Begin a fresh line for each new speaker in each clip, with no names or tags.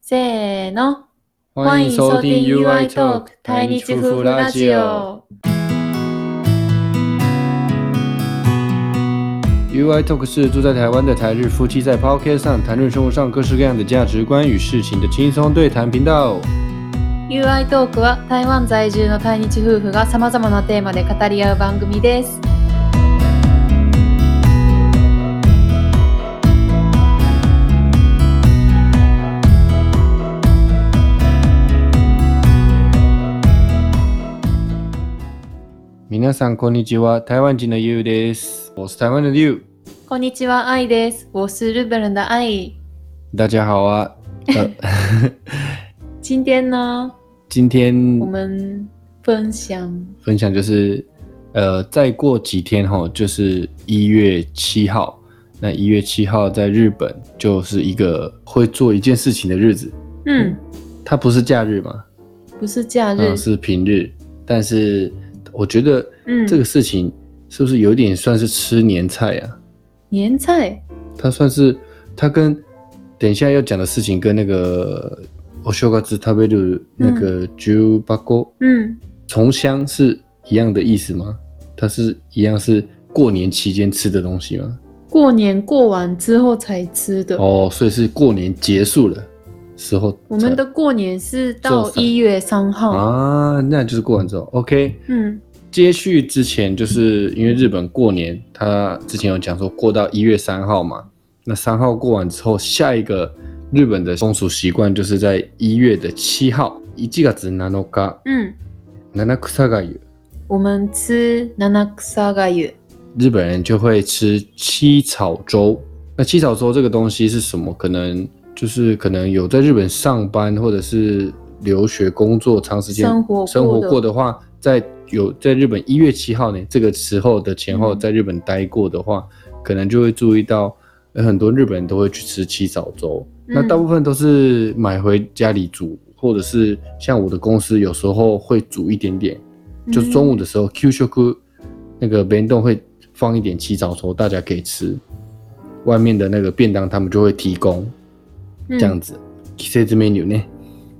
せーの。
欢迎收听 UI Talk
台
台
日
日
夫
夫
婦
妇
ラ
ラ
ジ
ジ
オ
オ。UI Talk 是住在台湾的台日夫妻在 Podcast 上谈论生活上各式各样的价值观与事情的轻松对谈频道。
UI トークは台湾在住の対日夫婦がさまざまなテーマで語り合う番組です。
皆さんこんにちは、台湾人の You です。我是台湾的 You。
こんにちは、愛です。我是日本人的愛。
大家好啊，呃，
今天呢，
今天
我们分享
分享就是，呃，再过几天哈，就是一月七号。那一月七号在日本就是一个会做一件事情的日子，
嗯，
它不是假日嘛，
不是假日
嗯，，是平日。但是我觉得
嗯，
这个事情是不是有点算是吃年菜啊？
年菜，
它算是它跟等一下要讲的事情跟那个我修嘎子食べる那个 j 八 b
嗯，
重香是一样的意思吗？它是一样是过年期间吃的东西吗？
过年过完之后才吃的。
哦，所以是过年结束了时候才。
我们的过年是
就
到
是
一月三号。
啊，那就是过完之后，OK。
嗯
接续之前，就是因为日本过年，他之前有讲说过到一月三号嘛，那三号过完之后，下一个日本的风俗习惯就是在一月的七号，一季がつなのか、
嗯，
ななくさがゆ，
我们吃ナナクサガユ。
日本人就会吃七草粥。那七草粥这个东西是什么？可能就是可能有在日本上班或者是留学工作长时间
生活过的
生活过的话，在有在日本一月七号呢这个时候的前后
嗯
在日本待过的话，可能就会注意到呃很多日本人都会去吃七草粥。那
嗯
大部分都是买回家里煮，或者是像我的公司有时候会煮一点点，就中
嗯
午的时候 Q 修 Q 那个便当会放一点七草粥，大家可以吃。外面的那个便当他们就会提供
嗯
这样子。季节之 menu 呢？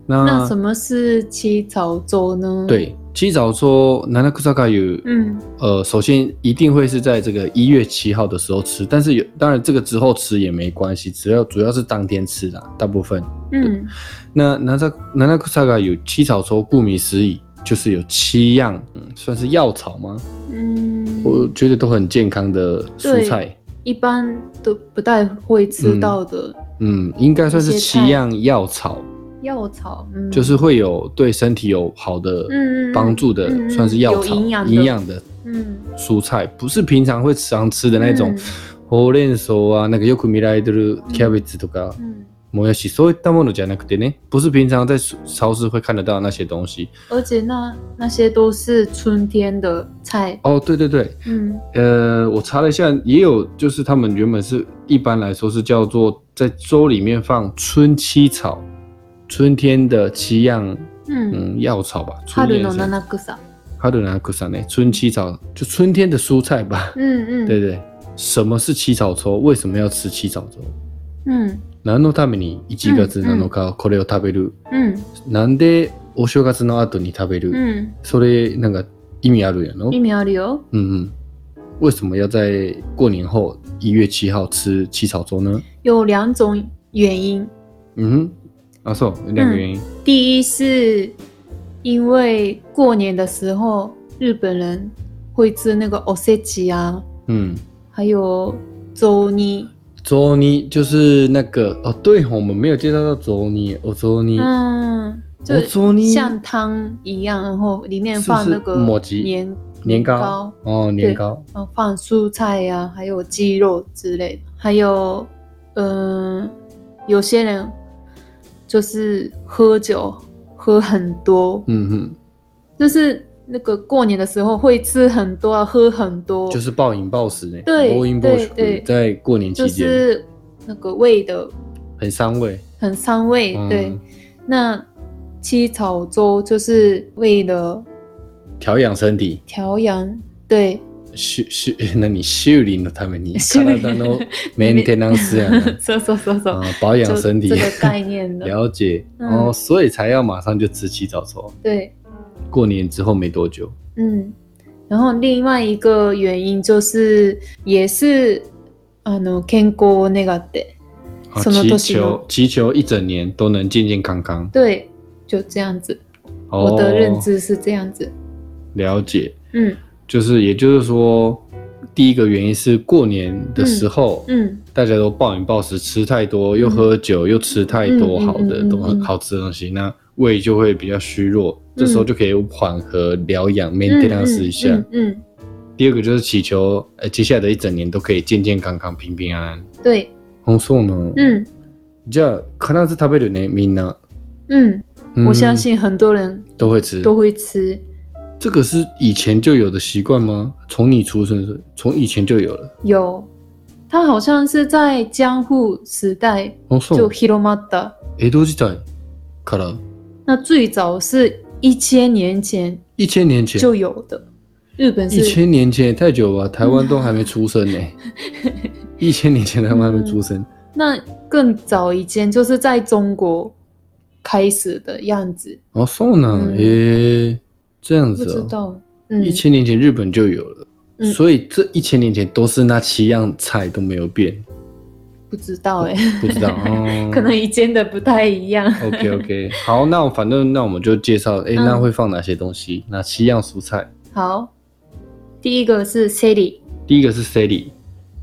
那
那
什么是七草粥呢？，
啊对七草粥，南那库萨卡有
嗯
呃，首先一定会是在这个一月七号的时候吃，但是有当然这个之后吃也没关系，只要主要是当天吃啦，大部分。
嗯
那南萨南那库萨卡有七草粥，顾名思义就是有七样，嗯，算是药草吗？我
嗯，
觉得都很健康的蔬菜，
一般都不太会吃到的
嗯，应该算是
一些菜
七样药草，
药草，嗯，
就是会有对身体有好的
嗯嗯嗯
帮助的，
嗯嗯
算是药草
有营养的
营养的
嗯
蔬菜，不是平常会常吃的那种
嗯。
ほうれん草啊，那个よく見られてるキャベツとか、
嗯，
もやしそういったものじゃなくてね，不是平常在超市会看得到的那些东西。
而且那那些都是春天的菜，
哦，对对对，
嗯
呃，我查了一下，也有就是他们原本是一般来说是叫做在粥里面放春七草，春天的七样
嗯，
嗯药草吧，春
春
天
の
的
七草，
哈鲁纳库萨呢，春七草就春天的蔬 菜吧，
嗯嗯，
对，对。什么是七草粥？为什么要吃七草粥？
嗯
何のために1月7日これを食べる？
嗯
なんでお正月の後に食べる？
嗯，
それなんか意味あるやろ？
意味あるよ。
嗯嗯，为什么要在过年后一月七号吃七草粥呢？
有两种原因，
嗯哼，啊，そう两个原因。
第一是因为过年的时候日本人会吃那个 o s e c i 啊，
嗯，
还有粥泥，
粥泥就是那个哦，对吼，我们没有介绍到粥泥，哦，粥泥，
嗯，就
哦，粥泥
像汤一样，然后里面
是不
放
是
那个
抹吉
年
年糕，哦，年糕，
然后放蔬菜呀、还有鸡肉之类的，还有嗯、呃有些人就是喝酒喝很多，
嗯哼，
就是那个过年的时候会吃很多、啊，喝很多，
就是暴饮暴食呢，哦
对
暴饮暴
对
食
对，
在过年期
就
间、
是那个味的
很伤胃，
很伤胃。
嗯
对，那七草粥就是为了
调养身体，
调养，对，
修修 何修理のために
修理
体のメンテナ ンスやな
そうそうそうそう，
啊，保养
就
身体
这，个概念的，
了解、
嗯
哦，所以才要马上就吃起早粥。
对，
过年之后没多久，
嗯，然后另外一个原因就是也是あの健康那个的，
啊，
什么
祈
都行哦
求祈求一整年都能健健康康。
对，就这样子，
哦，
我的认知是这样子，
了解，
嗯
就是也就是说，第一个原因是过年的时候，
嗯
大家都暴饮暴食，吃太多，又喝酒，又吃太多
嗯嗯
好的
嗯嗯
东西
嗯
好吃的东西，那胃就会比较虚弱，这时候就可以缓和疗养
嗯
maintenance 一下。
嗯嗯，
第二个就是祈求，呃，接下来的一整年都可以健健康康、平平安安。
嗯对，
红送呢？
嗯
じゃあ必ず食べるね、みんな。
嗯，
嗯
我相信很多人
都会吃。
都会吃，
这个是以前就有的习惯吗？从你出生是，从以前就有了。
有，它好像是在江户时代
红送
就広まった，
江戸時代から
那最早是一千年前
一千年前，
就有的，日本
一
是
千年前也太久了吧？台湾都还没出 生呢、一千年前台湾还没出生，
那更早以前就是在中国开始的样子，
哦，送呢？
嗯
诶、这样
不
子
知
哦、
道。嗯，
一千年前日本就有了，
嗯
所以这一千年前都是那七样菜都没有变，
不知道哎、
不知道哦。
可能以前的不太一样。
OK OK，好，那我反正那我们就介绍，诶、
嗯
那会放哪些东西？哪七样蔬菜？
好，第一个是 Sally，
第一个是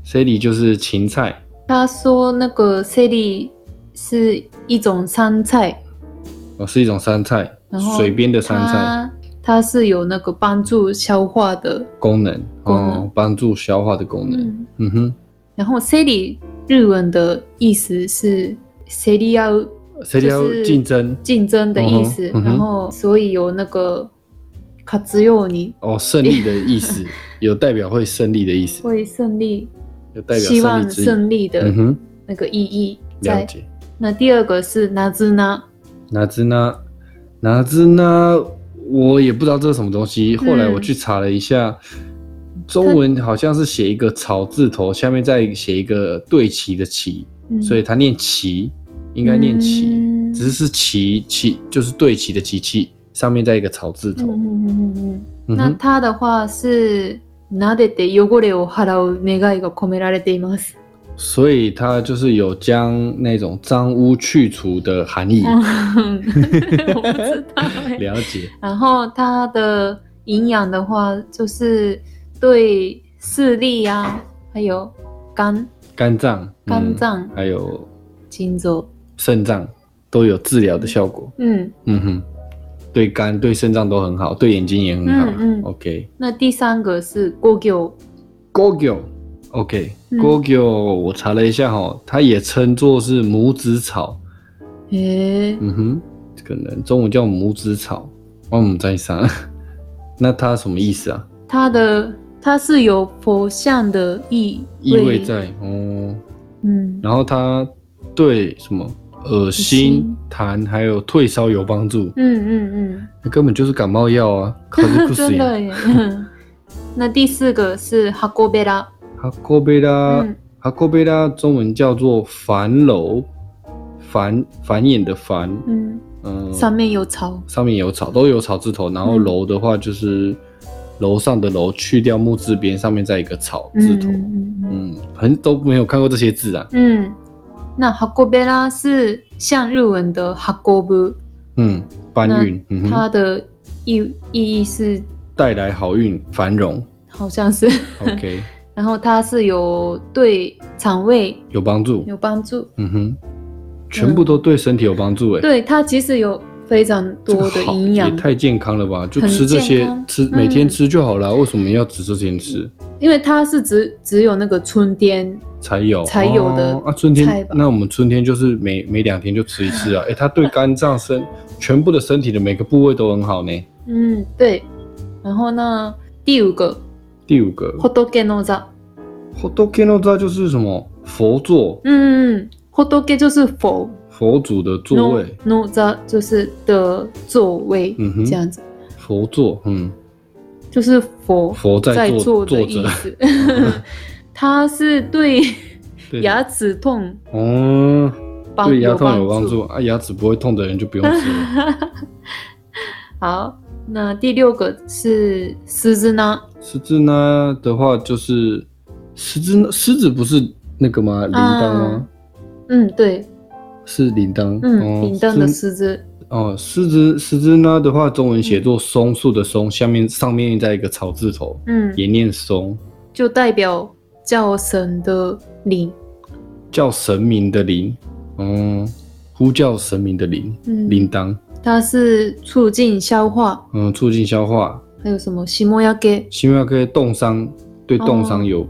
Sally，Sally 就是芹菜，
他说那个 Sally 是一种山菜，
哦，是一种山菜
然，后
水边的山菜。
它它是有那个帮助消化的。
功能
功
哦
能，
帮助消化的功能。嗯
嗯，
哼，
然后 Sally 日文的意思是 Sally 要
谁要竞争？
竞争的意思，
嗯哼嗯哼
然后所以有那个卡兹尤尼
哦，胜利的 意思有代表会胜利的意思，
会胜利，
有代表
希望
胜利之意。
胜利的
嗯哼，
那个意义
了
在。
解。
那第二个是拿兹纳，
哪只呢？哪只呢？我也不知道这是什么东西。
嗯
后来我去查了一下，中文好像是写一个草字头，下面再写一个对齐的齐，
嗯
所以它念齐，应该念齐，
嗯
只是是齐齐就是对齐的齐齐，上面再一个草字
嗯嗯
头。
嗯嗯嗯。
嗯
那
哼。
它的话是撫でて汚れを払う願いが込められてい ます。
所以它就是有将那种脏污去除的含义。
嗯我不知道欸、
了解，
然后它的营养的话，就是对视力啊，还有肝、
肝脏、嗯
肝、脏、
还有
心脏，
肾脏都有治疗的效果。
嗯。
嗯哼，对肝、对肾脏都很好，对眼睛也很好。
嗯嗯
OK，
那第三个是过久，
狗狗。OK，
嗯
狗狗，我查了一下哈，它也称作是拇指草。
诶、
嗯哼，可能中文叫拇指草，我们在啥？ 那它什么意思啊？
它的它是有佛像的意
意味，在哦。
嗯，
然后它对什么恶心
心、
痰还有退烧有帮助，
嗯嗯
那根本就是感冒 药啊。卡兹库
嗯，
斯
真的耶。嗯 那第四个是哈古贝拉，
哈科贝拉，
嗯
哈科贝拉中文叫做繁楼，繁繁衍的繁，
嗯，
嗯、
上面有草，
上面有草，都有草字头。然后
嗯
楼的话就是楼上的楼，去掉木字边，上面再一个草字
嗯
头。嗯
嗯嗯
很都没有看过这些字啊。
嗯嗯。那哈古贝拉是像日文的哈古布，
嗯，搬
那
运，嗯
它
哼，
的意意义是
带来好运、繁荣。
好像是，
OK，
然后它是有对肠胃
有帮助。
有帮助。
嗯哼，全部都对身体有帮助哎、
对，它其实有非常
这个
多的
好
营
也
养，
太健康了吧？就
很
吃这些
健，康
吃
嗯
每天吃就好了、为什么要只这天吃
因为它是只只有那个春天，
才有
才有的
哦啊？春
菜
天
吧
那我们春天就是每每两天就吃一次 啊。哎、它对肝脏身全部的身体的每个部位都很好呢。
嗯，对。然后呢，第五个
第五个，
，hotoke no za，
k i n o 座就是什么佛座，
嗯，hotoke 就是佛
佛祖的座
，no
位，
no za 就是的座位，
嗯哼
这样子。
佛座，嗯，
就是佛
佛在
在坐
坐
的
坐
意
着，
思。 它是对
对
牙齿痛
哦，
帮
对牙痛有
有
帮助
助。
啊，牙齿不会痛的人就不用 吃了。
好，那第六个是狮子呢？
狮子呢的话就是狮子呢，狮子不是那个吗？铃铛吗？
嗯，对，
是铃铛，
嗯，
哦
铃铛的
狮
狮子，
哦，狮子狮子呢的话，中文写作松树的松，下面上面再一个草字头，
嗯，
也念松，
就代表叫神的灵，
叫神明的灵，嗯，呼叫神明的灵，
嗯，
铃铛，
它是促进消化，
嗯，促进消化，
还有什么西莫亚给，
心脉可以冻伤，对冻
哦
伤有、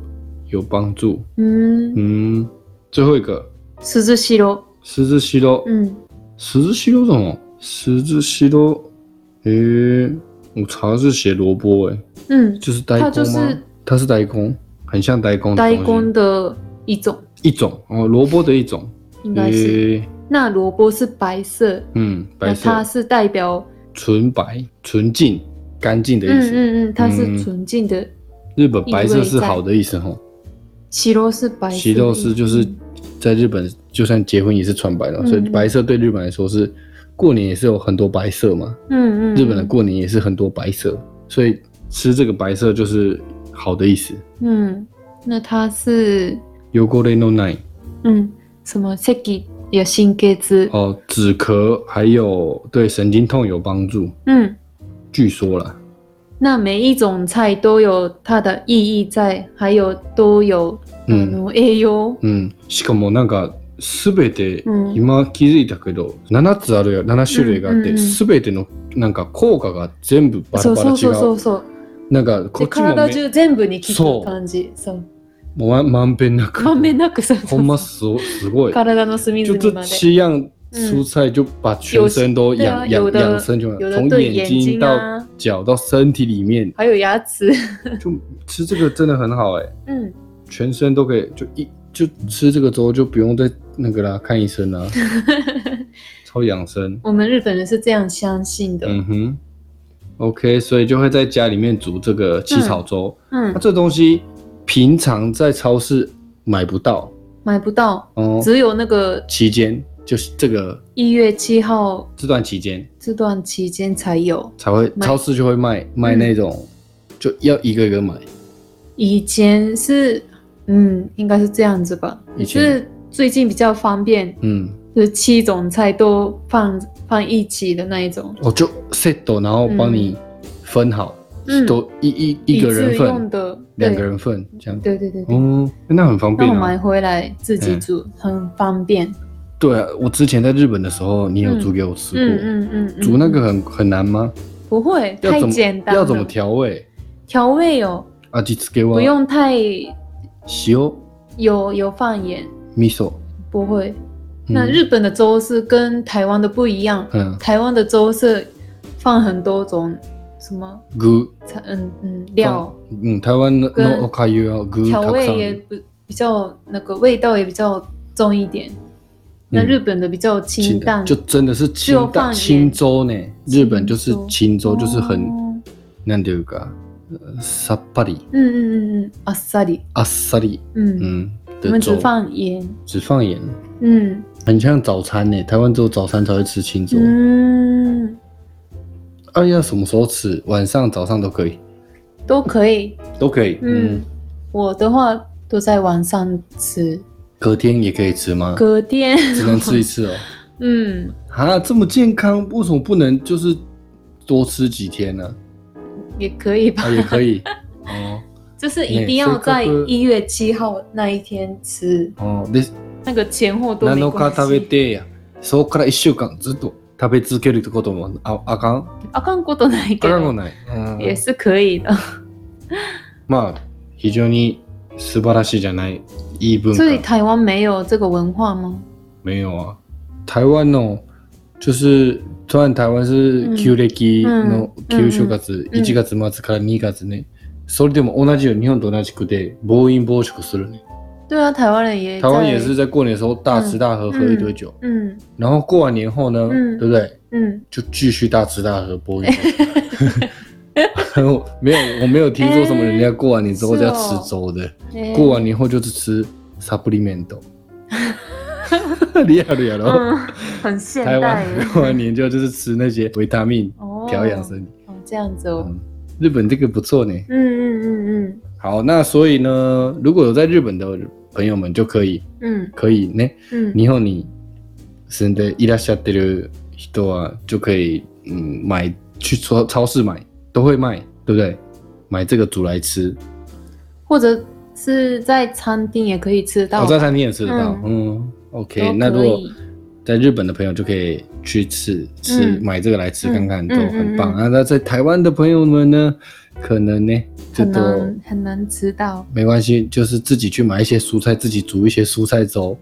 有帮助。
嗯，
嗯，最后一个
狮子西罗，
十字西罗，
嗯，
十字西罗什么？十字西罗，诶、我查是写萝卜，诶，
嗯，
就是呆
它
公
就
吗？
是
它是呆公，很像呆公的东
呆
西，
公的一种，
一种哦，萝卜的一种。
应该是。
诶
那萝卜是白色，
嗯，白
那
色，
它是代表，
纯白、纯净、干净的
嗯
意思。
嗯嗯，它
嗯
是纯净的。
日本白色
意味
是
在
好的意思吼，
西罗是白色的意思，
喜肉是就是在日本，就算结婚也是穿白的嘛，
嗯
所以白色对日本来说是过年也是有很多白色嘛。
嗯嗯，
日本的过年也是很多白色，所以吃这个白色就是好的意思。
嗯，那它是
Yogo no nine
嗯什么 seki 有新给子，
哦，止咳还有对神经痛有帮助，
嗯，
据说啦。
那每一种菜都有它的意义在，还有都有
嗯
嗯栄養
うん、嗯しかもなんか全て
うん
今気づいたけど、7つあるよ7種類があって、
うんうんうん
全てのなんか効果が全部バ
そ
ラ
う
バラ
そう
違
そうそ
う
うそう。
なんか
で
こっちも
体
め
中全部に効
そう
く感じ、そう。
もうままんべんなく
まんべんなくそうそうそ
ほ
うん
ますごすご い
体の隅
就
々
这
まで。
七样蔬菜就把全身都
有
养
对啊有
养
的
养生就好
有的
从
对
眼
眼
睛
睛
到
啊
脚到身体里面
还有牙齿，
就吃这个真的很好哎、
嗯，
全身都可以就一就吃这个之后就不用再那个啦看医生啦超养生。
我们日本人是这样相信的。
嗯哼，OK，所以就会在家里面煮这个七草粥。那、
嗯，
这东西平常在超市买不到
买不到，
哦，
只有那个
期间就是这个
一月七号
这段期间
这段期间才有。
才会
买嗯
超市就会卖卖那种、就要一个一个买。
以前是，嗯，应该是这样子吧。
以
可
前
是最近比较方便，
嗯，
就是七种菜都放放一起的那一种，
我就 set，然后帮你分好，
嗯
都一一一个人
一次用
份，
的，对
两个，人份这样。
对对对对。
哦、那很方
那
便
我
啊嗯
买。回来自己煮，很方便。
对啊，我之前在日本的时候，你有煮给我吃过。
嗯嗯嗯，嗯
煮那个很很难吗？
不会
要
太
怎么
简单了，
要怎么调味？
调味哦，
啊，味付けは
不用太
塩、
有有放盐，
味噌。
不会。
嗯
那日本的粥是跟台湾的不一样，
嗯，
台湾的粥是放很多种什么
具
菜，嗯嗯料，
嗯，台湾の
跟
のおかゆは具
调
たく
味
さ
也
ん。
不比较那个味道也比较重一点。那日本的比较清淡，
就真嗯的是
只有
清
放
淡
盐
清粥呢。日本就是清粥，
哦
就是很
嗯
なんていうか呃さっぱり、
嗯嗯嗯，阿萨里，
あっさり，
嗯，
嗯
我
的
们只
粥，
放盐，
只放盐，
嗯
很像早餐呢。台湾只有早餐才会吃清粥。
嗯，
哎呀，什么时候吃？晚上、早上都可以，
都可以。
都可以。
嗯，，我的话都在晚上吃，
隔天也可以吃吗？
隔天，
只能吃一次哦。
嗯，
啊，这么健康，为什么不能就是多吃几天呢、
也可以吧
啊，，也可 以。哦
就是一定要在一月七号那一天吃，
哦，で
那个前后都
7
没
日
关
食べ
系。
てや、そこから1週間ずっと食べ続けるってこともああかん
あかんことないけ
あかんも
ど、
ない。うん
也是可以的。
まあ非常に素晴らしいじゃないいい文
所以
化。
台湾没有这个文化吗？
没有啊，台湾の就是虽然台湾是
うん
旧暦の
うん
旧正月、
うん
1月末から2月ね。それでも同じように日本と同じくで暴飲暴食するね。
对啊，台湾人也
台湾
在
也是，在过年的时候大吃大喝，
嗯
喝一堆酒，
嗯
然后过完年后呢，
嗯
对不对？
嗯，
就继续大吃大喝，播音。我 没有，我没有听说什么人家过完年之后
哎
就要吃粥的，
欸
过完年后就是吃 supplement。厉害厉害了，
嗯， 很现代
台湾
耶。
过完年就就是吃那些维他命
哦
调养身体。
哦，这样子哦。
嗯，日本这个不错呢。
嗯嗯嗯
好，那所以呢，如果有在日本的朋友们就可以
嗯
可以呢，
嗯嗯。
日本に住んでいらっしゃってる人は就可以嗯买去超超市买都会卖，对不对？买这个煮来吃，
或者是在餐厅也可以吃
我、
到。
哦在餐厅也吃得到。嗯 o
都
k
可以
那如果在日本的朋友就可以去吃吃、
嗯
买这个来吃看看，
嗯
都很棒
嗯嗯嗯
啊。那在台湾的朋友们呢，可能呢就
很
都
难很难吃到。
没关系，就是自己去买一些蔬菜，自己煮一些蔬菜粥，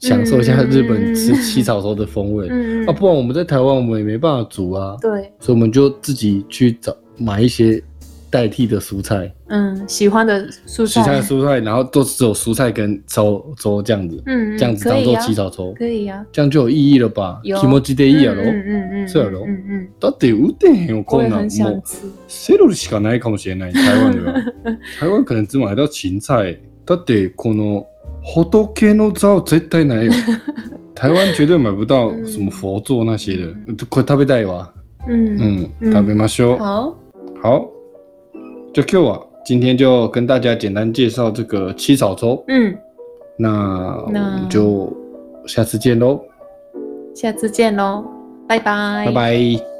享受一下日本吃
嗯
七草粥的风味。
嗯嗯。嗯
啊，不然我们在台湾我们也没办法煮啊，
对，
所以我们就自己去找买一些代替的蔬菜，
嗯，喜欢的蔬
其他
菜。
的蔬菜，然后都只有蔬菜跟粥粥这样子，
嗯，嗯
这样子
可
当
以
做
啊
七草粥，
可以呀。
这样就有意义了吧？
有
気持ちでいいやろ。
嗯嗯嗯。
そうやろ
嗯嗯。
だって打てへんよこ
我
ん
也
なん
很
も
想
う
吃。
セロリしかないかもしれない台湾では 台湾可能只买到芹菜だってこの仏の座絶 対ないよ台湾绝对买不到
嗯
什么佛座那些的，これ食べたいわ。
嗯。
嗯，
嗯
食べましょう。
好，
好，就 Q 啊，今天就跟大家简单介绍这个七草粥，
嗯，
那我
那
们就下次见喽，
下次见喽，拜拜，
拜拜